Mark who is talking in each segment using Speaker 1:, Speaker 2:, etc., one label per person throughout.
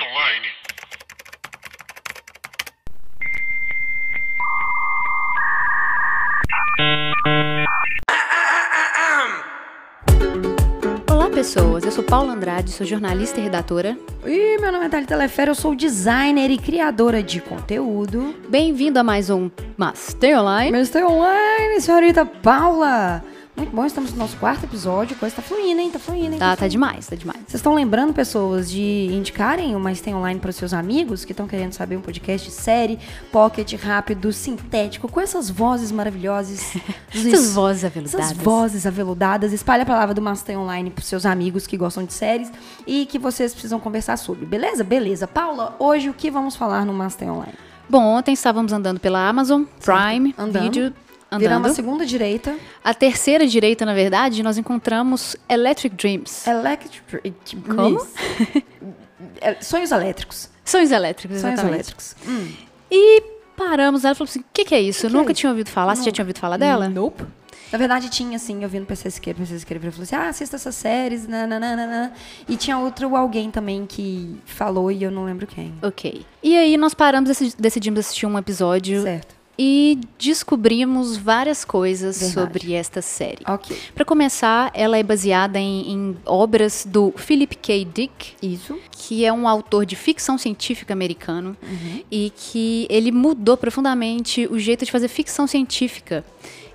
Speaker 1: online.
Speaker 2: Olá, pessoas. Eu sou Paula Andrade, sou jornalista e redatora.
Speaker 3: E meu nome é Thalita Lefera, eu sou designer e criadora de conteúdo.
Speaker 2: Bem-vindo a mais um Master Online.
Speaker 3: Eu estou online, senhorita Paula. Muito bom, estamos no nosso quarto episódio, a coisa tá fluindo, hein? Tá fluindo, hein?
Speaker 2: Tá, tá
Speaker 3: fluindo.
Speaker 2: demais, tá demais.
Speaker 3: Vocês estão lembrando, pessoas, de indicarem o Mas Tem Online para os seus amigos que estão querendo saber um podcast de série, pocket, rápido, sintético, com essas vozes maravilhosas. dos
Speaker 2: Essas vozes aveludadas.
Speaker 3: Essas vozes aveludadas. Espalha a palavra do Master Online para seus amigos que gostam de séries e que vocês precisam conversar sobre. Beleza? Beleza. Paula, hoje o que vamos falar no Master Online?
Speaker 2: Bom, ontem estávamos andando pela Amazon Prime,
Speaker 3: Andando.
Speaker 2: vídeo,
Speaker 3: Viramos a
Speaker 2: andando.
Speaker 3: segunda direita.
Speaker 2: A terceira direita, na verdade, nós encontramos Electric
Speaker 3: É.
Speaker 2: Dreams.
Speaker 3: Electric...
Speaker 2: Como?
Speaker 3: É, Sonhos elétricos.
Speaker 2: Sonhos elétricos, exatamente.
Speaker 3: Sonhos elétricos. Hum.
Speaker 2: E paramos, ela falou assim, o que, que é isso? Eu
Speaker 3: que é
Speaker 2: nunca
Speaker 3: isso?
Speaker 2: tinha ouvido falar, você já tinha ouvido falar dela?
Speaker 3: Nope. Na verdade, tinha, assim, eu vi no PC Siqueira, PC Siqueira falou assim, ah, assista essas séries, nananana. E tinha outro alguém também que falou e eu não lembro quem.
Speaker 2: Ok. E aí nós paramos, decidi- decidimos assistir um episódio
Speaker 3: Certo.
Speaker 2: e descobrimos várias coisas
Speaker 3: Verdade.
Speaker 2: sobre esta série.
Speaker 3: Ok.
Speaker 2: Para começar, ela é baseada em, em obras do Philip K. Dick,
Speaker 3: Isso.
Speaker 2: que é um autor de ficção científica americano
Speaker 3: Uhum.
Speaker 2: e que ele mudou profundamente o jeito de fazer ficção científica.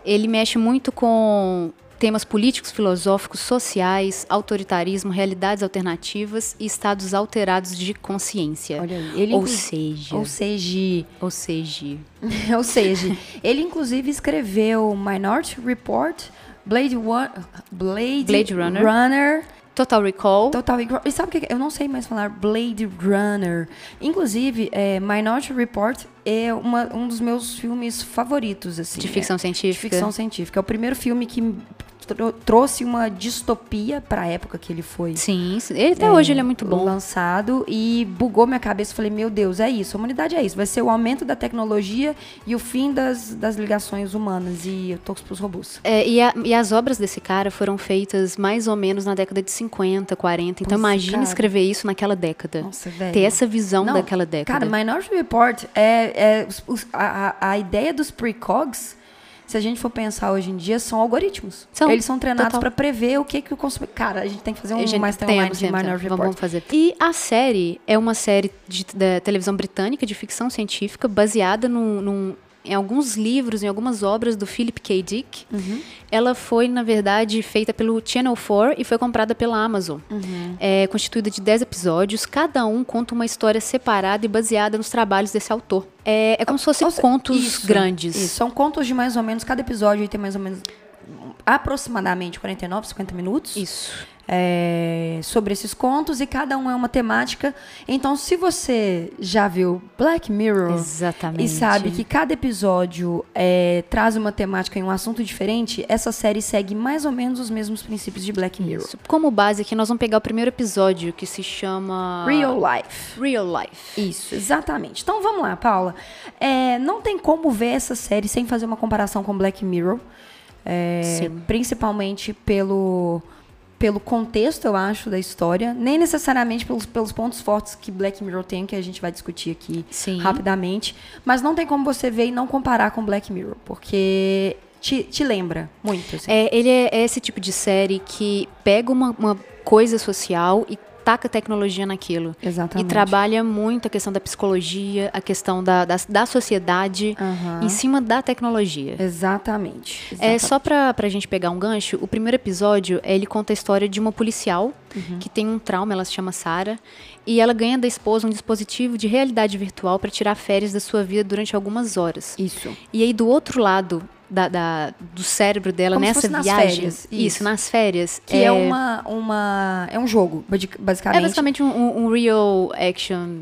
Speaker 2: Ele mexe muito com temas políticos, filosóficos, sociais, autoritarismo, realidades alternativas e estados alterados de consciência.
Speaker 3: Olha aí. Ele,
Speaker 2: ou
Speaker 3: inclu-
Speaker 2: seja,
Speaker 3: Ou seja...
Speaker 2: ou seja,
Speaker 3: Ou seja, ele inclusive escreveu Minority Report, Blade, One, Blade,
Speaker 2: Blade Runner.
Speaker 3: Runner
Speaker 2: Total Recall,
Speaker 3: Total Igro- E sabe o que que eu não sei mais falar Blade Runner. Inclusive, é, Minority Report é uma- um dos meus filmes favoritos assim.
Speaker 2: de ficção
Speaker 3: é,
Speaker 2: científica.
Speaker 3: de ficção científica. É o primeiro filme que me tro- trouxe uma distopia para a época que ele foi
Speaker 2: Sim, sim. Ele- até hoje ele é muito bom.
Speaker 3: lançado e bugou minha cabeça. Falei, meu Deus, é isso, a humanidade é isso. Vai ser o aumento da tecnologia e o fim das, das ligações humanas. E eu tô com os robôs.
Speaker 2: É, e, a- e as obras desse cara foram feitas mais ou menos na década de 50, 40. Então
Speaker 3: Pois,
Speaker 2: imagina
Speaker 3: cara.
Speaker 2: escrever isso naquela década.
Speaker 3: Nossa, velho.
Speaker 2: Ter essa visão
Speaker 3: Não,
Speaker 2: daquela década.
Speaker 3: Cara, Minority Report é, é os- os- a, a- a ideia dos precogs. Se a gente for pensar hoje em dia, são algoritmos.
Speaker 2: São,
Speaker 3: Eles são treinados
Speaker 2: total.
Speaker 3: para prever o que que o consumidor. Cara, a gente tem que fazer um
Speaker 2: A gente
Speaker 3: mais
Speaker 2: tem,
Speaker 3: online de
Speaker 2: tem, tem.
Speaker 3: Minority
Speaker 2: Vamos- Vamos
Speaker 3: Report.
Speaker 2: fazer. E a série é uma série de- da televisão britânica de ficção científica baseada num- num- em alguns livros, em algumas obras do Philip K. Dick.
Speaker 3: Uhum.
Speaker 2: Ela foi, na verdade, feita pelo Channel 4 e foi comprada pela Amazon.
Speaker 3: Uhum.
Speaker 2: É constituída de 10 episódios, cada um conta uma história separada e baseada nos trabalhos desse autor. É, é como se fossem
Speaker 3: Ou se-
Speaker 2: contos
Speaker 3: isso,
Speaker 2: grandes.
Speaker 3: isso. São contos de mais ou menos, cada episódio tem mais ou menos um, aproximadamente 49, 50 minutos.
Speaker 2: Isso.
Speaker 3: É, sobre esses contos e cada um é uma temática. Então, se você já viu Black Mirror
Speaker 2: Exatamente.
Speaker 3: e sabe que cada episódio é, traz uma temática e um assunto diferente, essa série segue mais ou menos os mesmos princípios de Black Mirror.
Speaker 2: Isso. Como base aqui, nós vamos pegar o primeiro episódio, que se chama...
Speaker 3: Real life.
Speaker 2: Real Life.
Speaker 3: Isso, exatamente. Então vamos lá, Paula. É, não tem como ver essa série sem fazer uma comparação com Black Mirror. É,
Speaker 2: Sim.
Speaker 3: Principalmente pelo, pelo contexto, eu acho, da história. Nem necessariamente pelos, pelos pontos fortes que Black Mirror tem, que a gente vai discutir aqui
Speaker 2: Sim.
Speaker 3: rapidamente. Mas não tem como você ver e não comparar com Black Mirror, porque te, te lembra muito. assim.
Speaker 2: É, ele é, é esse tipo de série que pega uma, uma coisa social e taca tecnologia naquilo.
Speaker 3: Exatamente.
Speaker 2: É, E trabalha muito a questão da psicologia, a questão da, da, da sociedade,
Speaker 3: Aham.
Speaker 2: em cima da tecnologia.
Speaker 3: Exatamente.
Speaker 2: É, só pra, pra gente pegar um gancho, o primeiro episódio, ele conta a história de uma policial
Speaker 3: Uhum.
Speaker 2: que tem um trauma, ela se chama Sarah, e ela ganha da esposa um dispositivo de realidade virtual para tirar férias da sua vida durante algumas horas.
Speaker 3: Isso.
Speaker 2: E aí, do outro lado da, da- do cérebro dela,
Speaker 3: Como se
Speaker 2: nessa
Speaker 3: fosse nas
Speaker 2: viagem.
Speaker 3: férias,
Speaker 2: isso.
Speaker 3: isso.
Speaker 2: nas férias.
Speaker 3: Que é, uma, uma. É um jogo, basic-
Speaker 2: é basicamente um, um- um real action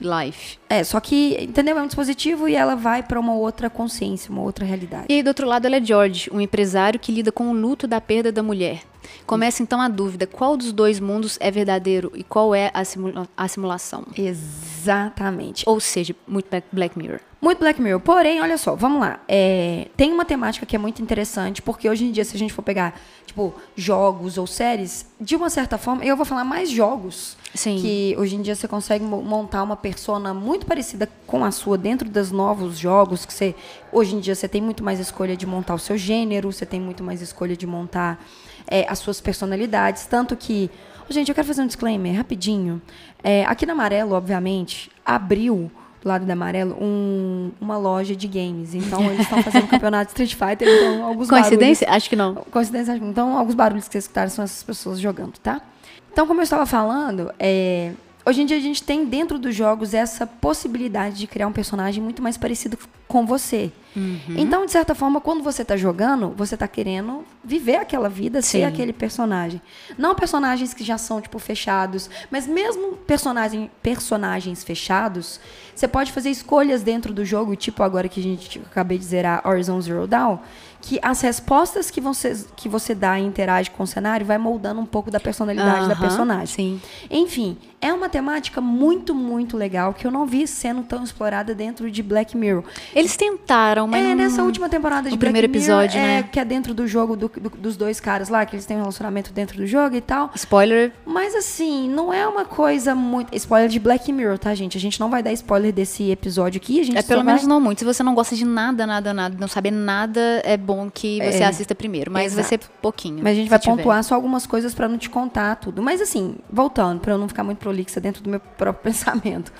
Speaker 2: life.
Speaker 3: É, só que, entendeu? É um dispositivo e ela vai pra uma outra consciência, uma outra realidade.
Speaker 2: E aí, do outro lado, ela é George, um empresário que lida com o luto da perda da mulher. Começa então a dúvida: qual dos dois mundos é verdadeiro e qual é a, simu- a simulação?
Speaker 3: Exatamente. Exatamente.
Speaker 2: Ou seja, muito Black Mirror.
Speaker 3: Muito Black Mirror. Porém, olha só, vamos lá. É, tem uma temática que é muito interessante, porque hoje em dia, se a gente for pegar, tipo, jogos ou séries, de uma certa forma, eu vou falar mais jogos.
Speaker 2: Sim.
Speaker 3: Que hoje em dia você consegue mo- montar uma persona muito parecida com a sua dentro dos novos jogos, que você. Hoje em dia você tem muito mais escolha de montar o seu gênero, você tem muito mais escolha de montar é, as suas personalidades. Tanto que. Gente, eu quero fazer um disclaimer rapidinho. É, aqui na Amarelo, obviamente, abriu do lado da Amarelo, um- uma loja de games. Então, eles estão fazendo campeonato de Street Fighter, então alguns
Speaker 2: Coincidência? Acho que não.
Speaker 3: barulhos... Coincidência? acho que- Então, alguns barulhos que vocês escutaram são essas pessoas jogando, tá? Então, como eu estava falando, é, hoje em dia a gente tem dentro dos jogos essa possibilidade de criar um personagem muito mais parecido com você.
Speaker 2: Uhum.
Speaker 3: Então, de certa forma, quando você está jogando, você está querendo viver aquela vida, ser
Speaker 2: Sim.
Speaker 3: aquele aquele personagem. Não personagens que já são, tipo, fechados, mas mesmo personagem, personagens fechados, você pode fazer escolhas dentro do jogo, tipo agora que a gente que eu acabei de zerar Horizon Zero Dawn, que as respostas que você, que você dá e interage com o cenário vai moldando um pouco da personalidade da
Speaker 2: Aham,
Speaker 3: personagem.
Speaker 2: sim.
Speaker 3: Enfim, é uma temática muito, muito legal que eu não vi sendo tão explorada dentro de Black Mirror.
Speaker 2: Eles tentaram, mas.
Speaker 3: É,
Speaker 2: não-
Speaker 3: nessa última temporada de
Speaker 2: um o primeiro
Speaker 3: Black
Speaker 2: episódio,
Speaker 3: Mirror, é,
Speaker 2: né?
Speaker 3: que é dentro do jogo do- do- dos dois caras lá, que eles têm um relacionamento dentro do jogo e tal.
Speaker 2: Spoiler.
Speaker 3: Mas assim, não é uma coisa muito. Spoiler de Black Mirror, tá, gente? A gente não vai dar spoiler desse episódio aqui. A gente
Speaker 2: É
Speaker 3: só
Speaker 2: pelo
Speaker 3: vai-
Speaker 2: menos não muito. Se você não gosta de nada, nada, nada, não sabe nada, é bom que você assista primeiro. Mas vai ser pouquinho.
Speaker 3: Mas a gente
Speaker 2: se
Speaker 3: vai
Speaker 2: tiver.
Speaker 3: pontuar só algumas coisas pra não te contar tudo. Mas assim, voltando, pra eu não ficar muito prolixa dentro do meu próprio pensamento.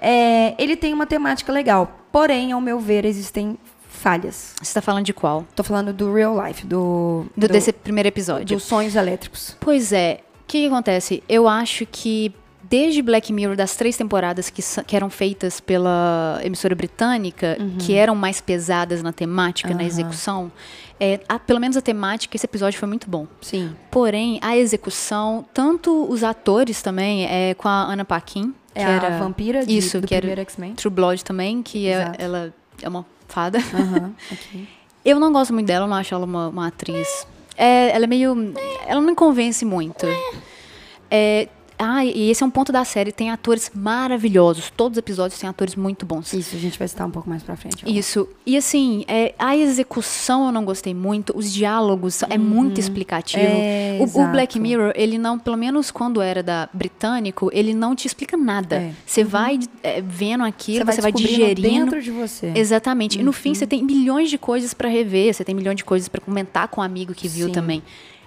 Speaker 3: É, ele tem uma temática legal. Porém, ao meu ver, existem falhas.
Speaker 2: Você tá falando de qual?
Speaker 3: Tô falando do real life, do.
Speaker 2: Do,
Speaker 3: do-
Speaker 2: desse primeiro episódio.
Speaker 3: dos sonhos elétricos.
Speaker 2: Pois é, o que, que acontece? Eu acho que desde Black Mirror, das três temporadas que, sa- que eram feitas pela emissora britânica,
Speaker 3: Uhum.
Speaker 2: que eram mais pesadas na temática, na execução, é, a- pelo menos a temática, esse episódio foi muito bom.
Speaker 3: Sim.
Speaker 2: Porém, a execução, tanto os atores também, é, com a Ana Paquin, que
Speaker 3: É
Speaker 2: era
Speaker 3: a vampira de,
Speaker 2: isso,
Speaker 3: do
Speaker 2: que era
Speaker 3: primeiro X-Men.
Speaker 2: True Blood também, que é,
Speaker 3: Exato.
Speaker 2: ela é uma fada.
Speaker 3: Aham, ok.
Speaker 2: Eu não gosto muito dela, eu não acho ela uma, uma atriz. É, ela é meio. Ela não me convence muito. É, ah, e esse é um ponto da série. Tem atores maravilhosos. Todos os episódios têm atores muito bons.
Speaker 3: Isso, a gente vai citar um pouco mais pra frente.
Speaker 2: Isso. E assim, é, a execução eu não gostei muito. Os diálogos são- é muito explicativo.
Speaker 3: Uhum. É,
Speaker 2: o, o Black
Speaker 3: exato.
Speaker 2: Mirror, ele não, pelo menos quando era da britânico, ele não te explica nada.
Speaker 3: É.
Speaker 2: Você vai é, vendo aquilo, você vai
Speaker 3: descobrindo
Speaker 2: digerindo.
Speaker 3: dentro de você. Uhum.
Speaker 2: Exatamente. E no fim você tem milhões de coisas pra rever, você tem milhões de coisas pra comentar com um amigo que viu
Speaker 3: Sim.
Speaker 2: também.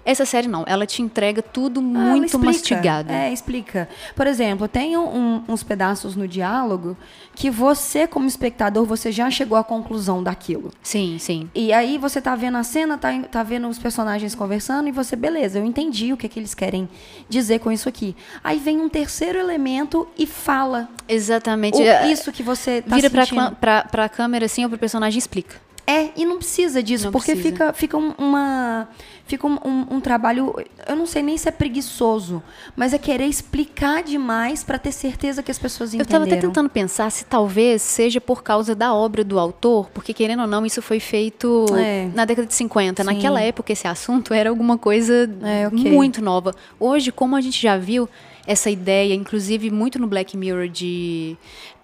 Speaker 2: Essa série não, ela te entrega tudo
Speaker 3: Ah, ela
Speaker 2: muito
Speaker 3: explica.
Speaker 2: mastigado.
Speaker 3: É, explica. Por exemplo, tem um- uns pedaços no diálogo que você, como espectador, você já chegou à conclusão daquilo.
Speaker 2: Sim, sim.
Speaker 3: E aí você tá vendo a cena, tá, tá vendo os personagens conversando e você, beleza, eu entendi o que, que eles querem dizer com isso aqui. Aí vem um terceiro elemento e fala
Speaker 2: Exatamente.
Speaker 3: o-
Speaker 2: É,
Speaker 3: isso que você tá
Speaker 2: Vira pra,
Speaker 3: sentindo.
Speaker 2: clã- pra, pra câmera assim ou pro personagem e explica.
Speaker 3: É, e não precisa disso,
Speaker 2: Não
Speaker 3: porque
Speaker 2: precisa.
Speaker 3: fica, fica um- uma. Fica um, um- um trabalho. Eu não sei nem se é preguiçoso, mas é querer explicar demais pra ter certeza que as pessoas
Speaker 2: Eu
Speaker 3: entenderam.
Speaker 2: tava até tentando pensar se talvez seja por causa da obra do autor, porque querendo ou não, isso foi feito
Speaker 3: É.
Speaker 2: na década de 50.
Speaker 3: Sim.
Speaker 2: Naquela época, esse assunto era alguma coisa
Speaker 3: É, ok.
Speaker 2: muito nova. Hoje, como a gente já viu essa ideia, inclusive muito no Black Mirror, de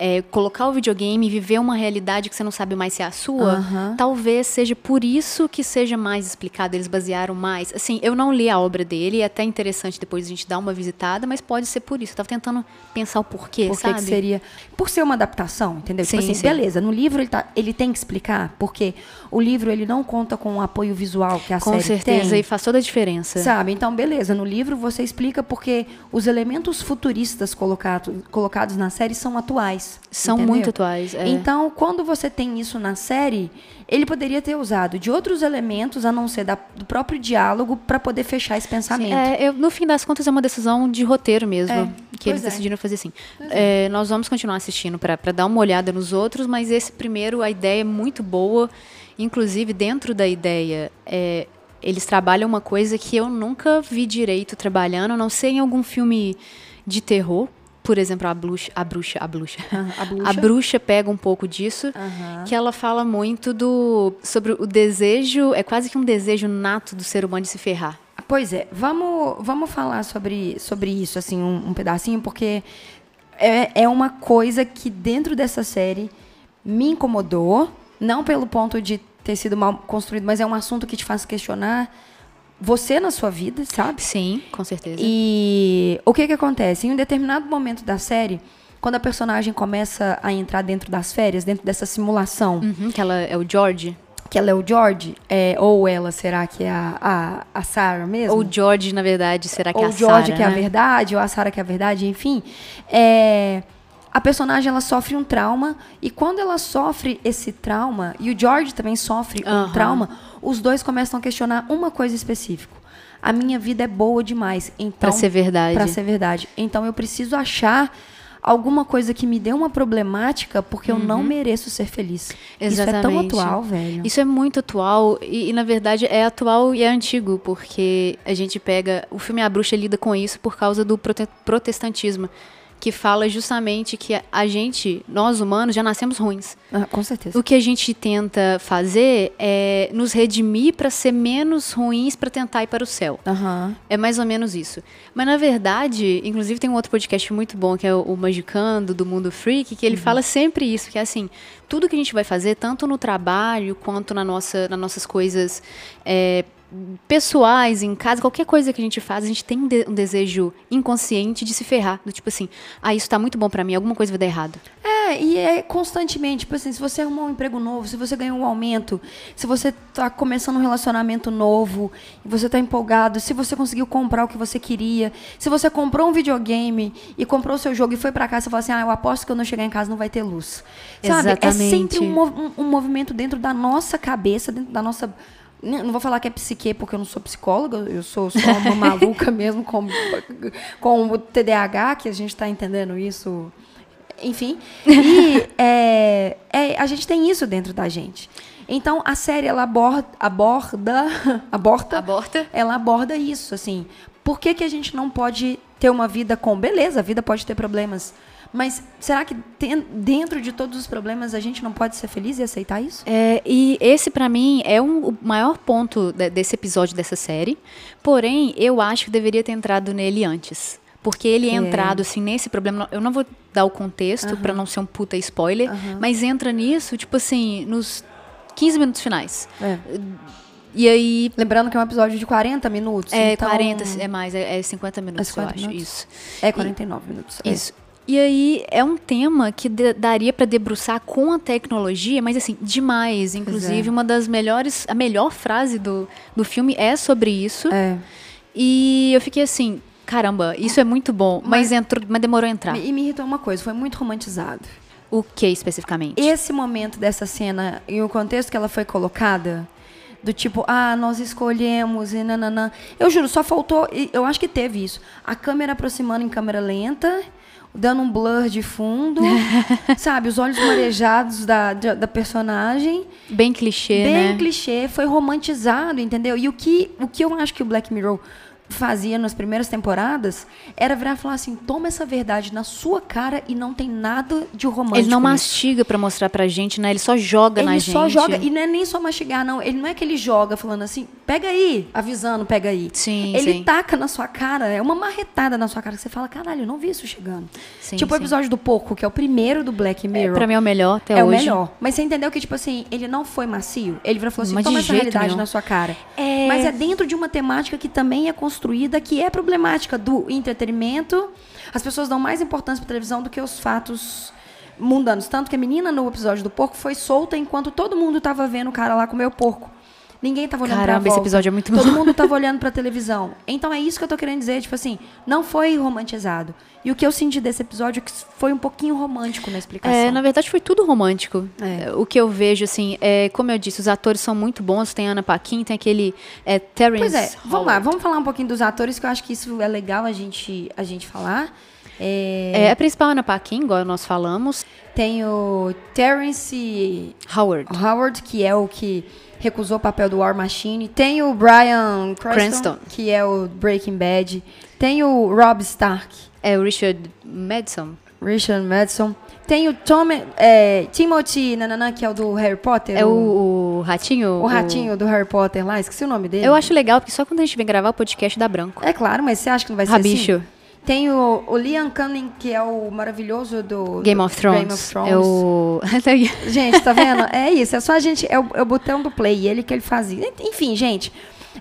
Speaker 2: é, colocar o videogame e viver uma realidade que você não sabe mais se é a sua,
Speaker 3: Aham.
Speaker 2: talvez seja por isso que seja mais explicado, eles basearam mais. Assim, eu não li a obra dele, é até interessante depois a gente dar uma visitada, mas pode ser por isso. Eu tava tentando pensar o porquê,
Speaker 3: Por que
Speaker 2: sabe?
Speaker 3: que seria. Por ser uma adaptação, entendeu? tipo
Speaker 2: Sim,
Speaker 3: assim,
Speaker 2: sim.
Speaker 3: beleza, no livro ele, tá- ele tem que explicar, porque o livro ele não conta com o apoio visual que a
Speaker 2: Com
Speaker 3: série
Speaker 2: certeza,
Speaker 3: tem.
Speaker 2: e faz toda a diferença.
Speaker 3: Sabe? Então, beleza. No livro você explica porque os elementos futuristas colocado, colocados na série são atuais.
Speaker 2: São
Speaker 3: entendeu?
Speaker 2: muito atuais, é.
Speaker 3: Então, quando você tem isso na série, ele poderia ter usado de outros elementos, a não ser da- do próprio diálogo, para poder fechar esse pensamento.
Speaker 2: É, eu- no fim das contas, é uma decisão de roteiro mesmo.
Speaker 3: É,
Speaker 2: que eles
Speaker 3: pois é.
Speaker 2: decidiram fazer assim. É, nós vamos continuar assistindo para dar uma olhada nos outros, mas esse primeiro, a ideia é muito boa. Inclusive, dentro da ideia, é, eles trabalham uma coisa que eu nunca vi direito trabalhando, a não sei em algum filme de terror. Por exemplo, a bruxa, a bruxa, a bruxa.
Speaker 3: Ah, a bruxa.
Speaker 2: A bruxa pega um pouco disso,
Speaker 3: Aham.
Speaker 2: que ela fala muito do sobre o desejo, é quase que um desejo nato do ser humano de se ferrar.
Speaker 3: Pois é, vamos, vamos falar sobre, sobre isso, assim, um, um pedacinho, porque é, é uma coisa que dentro dessa série me incomodou, não pelo ponto de ter sido mal construído, mas é um assunto que te faz questionar você na sua vida, sabe?
Speaker 2: Sim, com certeza.
Speaker 3: E o que que acontece? Em um determinado momento da série, quando a personagem começa a entrar dentro das férias, dentro dessa simulação,
Speaker 2: Uhum, que ela é o George.
Speaker 3: que ela é o George, é, ou ela, será que é a, a, a Sarah mesmo?
Speaker 2: Ou George, na verdade, será que é
Speaker 3: ou
Speaker 2: a
Speaker 3: o George
Speaker 2: Sarah,
Speaker 3: que é a
Speaker 2: né?
Speaker 3: verdade, ou a Sarah que é a verdade, enfim. É, a personagem ela sofre um trauma e quando ela sofre esse trauma e o George também sofre um
Speaker 2: Aham.
Speaker 3: trauma, os dois começam a questionar uma coisa específica. A minha vida é boa demais, então
Speaker 2: Pra ser verdade.
Speaker 3: Pra ser verdade. Então eu preciso achar alguma coisa que me dê uma problemática porque eu não mereço ser feliz. Isso é tão
Speaker 2: Uhum. Exatamente.
Speaker 3: atual, velho.
Speaker 2: Isso é muito atual e, e, na verdade, é atual e é antigo, porque a gente pega. O filme A Bruxa lida com isso por causa do prote- protestantismo, que fala justamente que a- a gente, nós humanos, já nascemos ruins.
Speaker 3: Ah, com certeza.
Speaker 2: O que a gente tenta fazer é nos redimir para ser menos ruins para tentar ir para o céu.
Speaker 3: Aham.
Speaker 2: É mais ou menos isso. Mas na verdade, inclusive tem um outro podcast muito bom que é o- o Magicando do Mundo Freak, que ele fala sempre isso, que é assim, tudo que a gente vai fazer, tanto no trabalho quanto na nossa, nas nossas coisas é, pessoais, em casa, qualquer coisa que a gente faz, a gente tem um de- um desejo inconsciente de se ferrar, do tipo assim, ah, isso tá muito bom pra mim, alguma coisa vai dar errado.
Speaker 3: É, e é constantemente. Tipo assim, se você arrumou um emprego novo, se você ganhou um aumento, se você tá começando um relacionamento novo, e você tá empolgado, se você conseguiu comprar o que você queria, se você comprou um videogame e comprou o seu jogo e foi pra casa e falou assim: ah, eu aposto que eu não chegar em casa não vai ter luz. Sabe? É
Speaker 2: Exatamente.
Speaker 3: sempre um, mov- um- um movimento dentro da nossa cabeça, dentro da nossa. N- Não vou falar que é psique, porque eu não sou psicóloga, eu sou só uma maluca mesmo com, com o TDAH, que a gente está entendendo isso. Enfim. E é, é, a gente tem isso dentro da gente. Então a série ela aborda. aborda aborta?
Speaker 2: Aborta.
Speaker 3: Ela aborda isso, assim. Por que, que a gente não pode ter uma vida com. Beleza, a vida pode ter problemas. Mas será que ten- dentro de todos os problemas a gente não pode ser feliz e aceitar isso?
Speaker 2: É, e esse, pra mim, é um, o maior ponto de- desse episódio, dessa série. Porém, eu acho que deveria ter entrado nele antes. Porque ele é entrado, assim, nesse problema. Eu não vou dar o contexto, pra não ser um puta spoiler. Mas entra nisso, tipo assim, nos 15 minutos finais.
Speaker 3: É.
Speaker 2: E aí,
Speaker 3: Lembrando que é um episódio de 40 minutos.
Speaker 2: é
Speaker 3: então-
Speaker 2: 40, é mais, é, é 50 minutos,
Speaker 3: 50
Speaker 2: eu acho.
Speaker 3: minutos?
Speaker 2: Isso.
Speaker 3: É 49 minutos. é.
Speaker 2: Isso. E aí é um tema que de- daria para debruçar com a tecnologia, mas assim, demais. Inclusive,
Speaker 3: é.
Speaker 2: uma das melhores, a melhor frase do, do filme é sobre isso.
Speaker 3: É.
Speaker 2: E eu fiquei assim, caramba, isso é muito bom, mas, entrou, mas demorou a entrar.
Speaker 3: E me irritou uma coisa, foi muito romantizado.
Speaker 2: O que especificamente?
Speaker 3: Esse momento dessa cena e o contexto que ela foi colocada, do tipo, ah, nós escolhemos e nananã. Eu juro, só faltou, e eu acho que teve isso. A câmera aproximando em câmera lenta, dando um blur de fundo, sabe? Os olhos marejados da, da, da personagem.
Speaker 2: Bem clichê,
Speaker 3: Bem
Speaker 2: né?
Speaker 3: clichê, foi romantizado, entendeu? E o que, o que eu acho que o Black Mirror fazia nas primeiras temporadas era virar e falar assim: toma essa verdade na sua cara e não tem nada de romântico.
Speaker 2: Ele não
Speaker 3: nisso."
Speaker 2: mastiga pra mostrar pra gente, né? Ele só joga na
Speaker 3: Ele
Speaker 2: gente.
Speaker 3: só joga, e não é nem só mastigar, não. Ele não é que ele joga falando assim, pega aí, avisando, pega aí.
Speaker 2: Sim,
Speaker 3: Ele
Speaker 2: sim.
Speaker 3: taca na sua cara, é uma marretada na sua cara que você fala, caralho, eu não vi isso chegando.
Speaker 2: Sim,
Speaker 3: tipo o
Speaker 2: sim.
Speaker 3: episódio do Porco, que é o primeiro do Black Mirror.
Speaker 2: Pra mim é o melhor até
Speaker 3: É o
Speaker 2: hoje.
Speaker 3: melhor. Mas você entendeu que, tipo assim, ele não foi macio? Ele virou e falou assim:
Speaker 2: Mas de
Speaker 3: toma essa
Speaker 2: jeito
Speaker 3: realidade
Speaker 2: nenhum.
Speaker 3: na sua cara.
Speaker 2: É.
Speaker 3: Mas é dentro de uma temática que também é construída, que é problemática do entretenimento. As pessoas dão mais importância pra televisão do que os fatos mundanos. Tanto que a menina no episódio do porco foi solta enquanto todo mundo tava vendo o cara lá comer o porco. Ninguém tava olhando pra
Speaker 2: Caramba, esse
Speaker 3: volta.
Speaker 2: episódio é muito bom.
Speaker 3: Todo mundo tava olhando pra televisão. Então é isso que eu tô querendo dizer, tipo assim, não foi romantizado. E o que eu senti desse episódio é que foi um pouquinho romântico na explicação.
Speaker 2: É, na verdade foi tudo romântico.
Speaker 3: Tá É.
Speaker 2: O que eu vejo, assim, é, como eu disse, os atores são muito bons. Tem a Ana Paquin, tem aquele é, Terrence
Speaker 3: Pois é, vamos lá,
Speaker 2: Howard.
Speaker 3: vamos falar um pouquinho dos atores, que eu acho que isso é legal a gente, a gente falar. É,
Speaker 2: É, a principal é a Ana Paquin, igual nós falamos.
Speaker 3: tem o Terence
Speaker 2: Howard.
Speaker 3: Howard, que é o que recusou o papel do War Machine. Tem o Brian Cranston,
Speaker 2: Cranston.
Speaker 3: que é o Breaking Bad. Tem o Rob Stark,
Speaker 2: É o Richard Madison.
Speaker 3: Richard Madison. Tem o Tom, é, Timothy Nananã, que é o do Harry Potter.
Speaker 2: É o, o ratinho.
Speaker 3: o ratinho do Harry Potter lá, esqueci o nome dele.
Speaker 2: Eu acho legal, porque só quando a gente vem gravar o podcast dá branco.
Speaker 3: É claro, mas você acha que não vai ser assim?
Speaker 2: Rabicho.
Speaker 3: Tem o, o Liam Cunning, que é o maravilhoso do
Speaker 2: Game of
Speaker 3: do
Speaker 2: Thrones.
Speaker 3: Game of Thrones.
Speaker 2: É o...
Speaker 3: Gente, tá vendo? É isso, é só a gente. É o, é o botão do play, ele que ele fazia. Enfim, gente,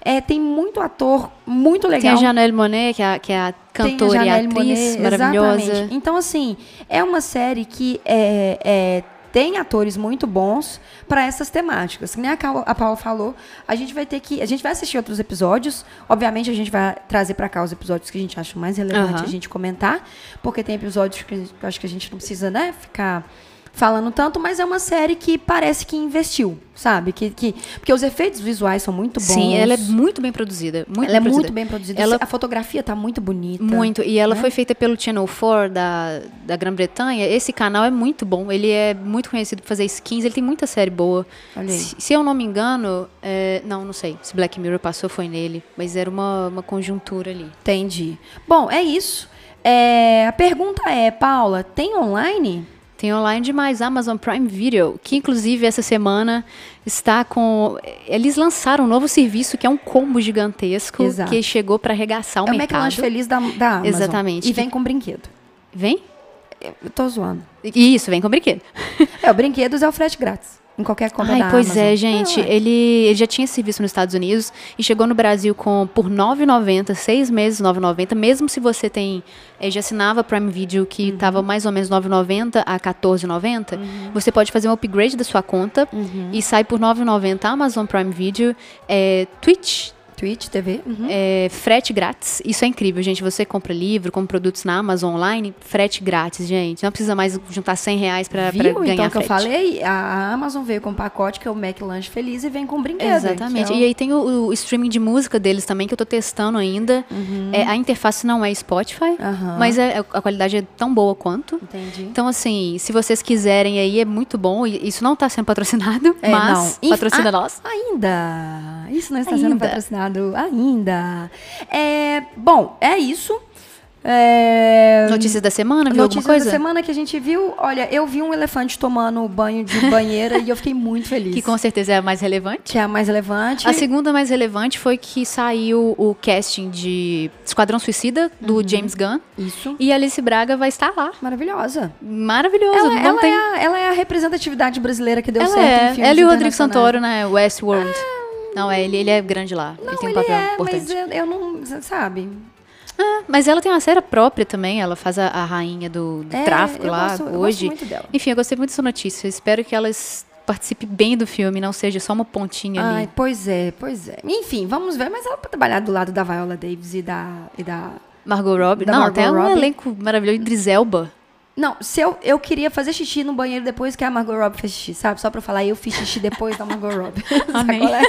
Speaker 3: é, tem muito ator muito
Speaker 2: Tem a
Speaker 3: legal.
Speaker 2: Janelle Monet, que é a, que é a
Speaker 3: Tem a
Speaker 2: cantora e a
Speaker 3: Janelle
Speaker 2: atriz
Speaker 3: Monáe,
Speaker 2: maravilhosa.
Speaker 3: Exatamente. Então, assim, é uma série que é, é, tem atores muito bons para essas temáticas. Que nem a, Cal- a Paula falou, a gente vai ter que. A gente vai assistir outros episódios. Obviamente, a gente vai trazer para cá os episódios que a gente acha mais relevante
Speaker 2: Aham.
Speaker 3: a gente comentar. Porque tem episódios que eu acho que a gente não precisa, né, ficar. Falando tanto, mas é uma série que parece que investiu, sabe? Que, que, porque os efeitos visuais são muito bons.
Speaker 2: Sim, ela é muito bem produzida. Muito
Speaker 3: Ela é
Speaker 2: bem
Speaker 3: muito
Speaker 2: produzida.
Speaker 3: bem produzida.
Speaker 2: Ela-
Speaker 3: A fotografia tá muito bonita.
Speaker 2: Muito. E ela
Speaker 3: né?
Speaker 2: foi feita pelo Channel 4 da, da Grã-Bretanha. Esse canal é muito bom. Ele é muito conhecido por fazer skins. Ele tem muita série boa.
Speaker 3: Olha aí.
Speaker 2: Se, se eu não me engano, é, não, não sei. Se Black Mirror passou, foi nele. Mas era uma, uma conjuntura ali.
Speaker 3: Entendi. Bom, é isso. É, a pergunta é, Paula, tem online?
Speaker 2: Tem online demais, Amazon Prime Video, que inclusive essa semana está com. Eles lançaram um novo serviço que é um combo gigantesco
Speaker 3: Exato.
Speaker 2: que chegou para arregaçar o
Speaker 3: é o
Speaker 2: mercado.
Speaker 3: McLanche Feliz da, da Amazon.
Speaker 2: Exatamente.
Speaker 3: E vem com brinquedo.
Speaker 2: Vem?
Speaker 3: Eu tô zoando.
Speaker 2: Isso, vem com brinquedo.
Speaker 3: É, o brinquedos é o frete grátis. Em qualquer compra
Speaker 2: Ai,
Speaker 3: da
Speaker 2: pois
Speaker 3: Amazon.
Speaker 2: é, gente.
Speaker 3: É, ué.
Speaker 2: ele, ele já tinha esse serviço nos Estados Unidos e chegou no Brasil com por R$ 9,90, seis meses R$ 9,90. Mesmo se você tem eh, já assinava Prime Video que
Speaker 3: Uhum.
Speaker 2: estava mais ou menos R$ 9,90 a R$ 14,90, você pode fazer um upgrade da sua conta
Speaker 3: Uhum.
Speaker 2: e sai por R$ 9,90 Amazon Prime Video, eh, Twitch,
Speaker 3: Twitch, TV. uhum.
Speaker 2: é, frete grátis. Isso é incrível, gente. Você compra livro, compra produtos na Amazon online, frete grátis, gente. Não precisa mais juntar 100 reais pra, pra
Speaker 3: Viu?
Speaker 2: ganhar
Speaker 3: então, que eu
Speaker 2: frete.
Speaker 3: falei, a- a Amazon veio com um pacote que é o McLanche Feliz e vem com brinquedo.
Speaker 2: Exatamente.
Speaker 3: que é o-
Speaker 2: E aí tem o, o streaming de música deles também, que eu tô testando ainda. É, a interface não é Spotify,
Speaker 3: Uhum. Aham.
Speaker 2: mas é- a qualidade é tão boa quanto.
Speaker 3: Entendi.
Speaker 2: Então, assim, se vocês quiserem aí, é muito bom. E Isso não tá sendo patrocinado,
Speaker 3: É,
Speaker 2: mas
Speaker 3: não. Inf-
Speaker 2: patrocina
Speaker 3: Ah,
Speaker 2: nós.
Speaker 3: Ainda. Isso não está sendo
Speaker 2: Ainda.
Speaker 3: patrocinado ainda. É, bom, é isso. É,
Speaker 2: Notícias da semana, viu
Speaker 3: notícias
Speaker 2: alguma coisa?
Speaker 3: da semana que a gente viu. Olha, eu vi um elefante tomando banho de banheira e eu fiquei muito feliz.
Speaker 2: Que Assim, com certeza é a mais relevante.
Speaker 3: Que é a mais relevante.
Speaker 2: A segunda mais relevante foi que saiu o casting de Esquadrão Suicida, do
Speaker 3: Uhum.
Speaker 2: James Gunn.
Speaker 3: Isso.
Speaker 2: E a Alice Braga vai estar lá.
Speaker 3: Maravilhosa.
Speaker 2: Maravilhoso.
Speaker 3: Ela,
Speaker 2: não
Speaker 3: ela
Speaker 2: tem...
Speaker 3: é a, ela é a representatividade brasileira que deu
Speaker 2: ela
Speaker 3: certo em
Speaker 2: é.
Speaker 3: filmes
Speaker 2: Ela e o Rodrigo
Speaker 3: internacionais. Ah.
Speaker 2: Santoro, né? Westworld. Não, é, ele, ele é grande lá. ele tem um
Speaker 3: Não, ele
Speaker 2: papel
Speaker 3: é,
Speaker 2: importante.
Speaker 3: mas eu, eu não... Sabe?
Speaker 2: Ah, mas ela tem uma série própria também. Ela faz a, a rainha do, do
Speaker 3: É,
Speaker 2: tráfico
Speaker 3: eu
Speaker 2: lá
Speaker 3: gosto- eu gosto
Speaker 2: hoje.
Speaker 3: muito dela.
Speaker 2: Enfim, eu gostei muito dessa notícia. Eu espero que elas participem bem do filme, não seja só uma pontinha
Speaker 3: Ai,
Speaker 2: ali.
Speaker 3: pois é, pois é. Enfim, vamos ver, mas ela pra trabalhar do lado da Viola Davis e da. E da...
Speaker 2: Margot Robbie.
Speaker 3: Da
Speaker 2: Não,
Speaker 3: Margot
Speaker 2: tem um
Speaker 3: Robbie.
Speaker 2: elenco maravilhoso. Idris Elba.
Speaker 3: Não, se eu, eu queria fazer xixi no banheiro depois que a Margot Robbie fez xixi, sabe? Só pra falar, eu fiz xixi depois da Margot Robbie. Sabe
Speaker 2: Amém.
Speaker 3: qual é?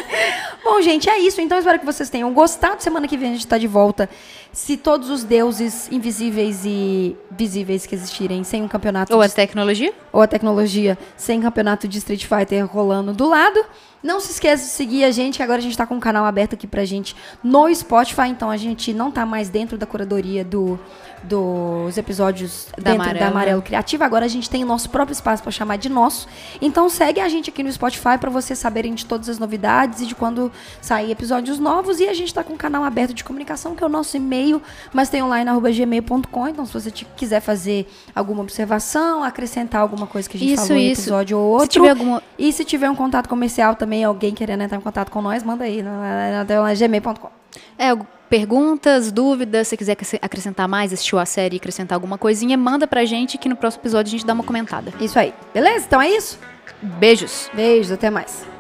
Speaker 3: Bom, gente, é isso. Então, espero que vocês tenham gostado. Semana que vem a gente tá de volta. Se todos os deuses invisíveis e visíveis que existirem, sem um campeonato
Speaker 2: Ou
Speaker 3: de
Speaker 2: a tecnologia?
Speaker 3: ou a tecnologia sem campeonato de Street Fighter rolando do lado. Não se esqueça de seguir a gente, que agora a gente tá com um canal aberto aqui pra gente no Spotify, então a gente não tá mais dentro da curadoria do, dos episódios dentro da
Speaker 2: Amarelo,
Speaker 3: Amarelo Criativa, agora a gente tem o nosso próprio espaço pra chamar de nosso. Então segue a gente aqui no Spotify pra vocês saberem de todas as novidades e de quando sair episódios novos. E a gente tá com um canal aberto de comunicação, que é o nosso e-mail, mas tem online arroba gmail.com. Então, se você te- quiser fazer alguma observação, acrescentar alguma coisa que a gente
Speaker 2: Isso,
Speaker 3: falou em
Speaker 2: isso.
Speaker 3: episódio ou outro.
Speaker 2: Se tiver alguma.
Speaker 3: E se tiver um contato comercial também, alguém querendo entrar em contato com nós, manda aí na gmail.com.
Speaker 2: É, algu- perguntas, dúvidas, se quiser acres- acrescentar mais, assistiu a série e acrescentar alguma coisinha, manda pra gente que no próximo episódio a gente dá uma comentada.
Speaker 3: Isso aí. Beleza? Então é isso?
Speaker 2: Beijos!
Speaker 3: Beijos, até mais.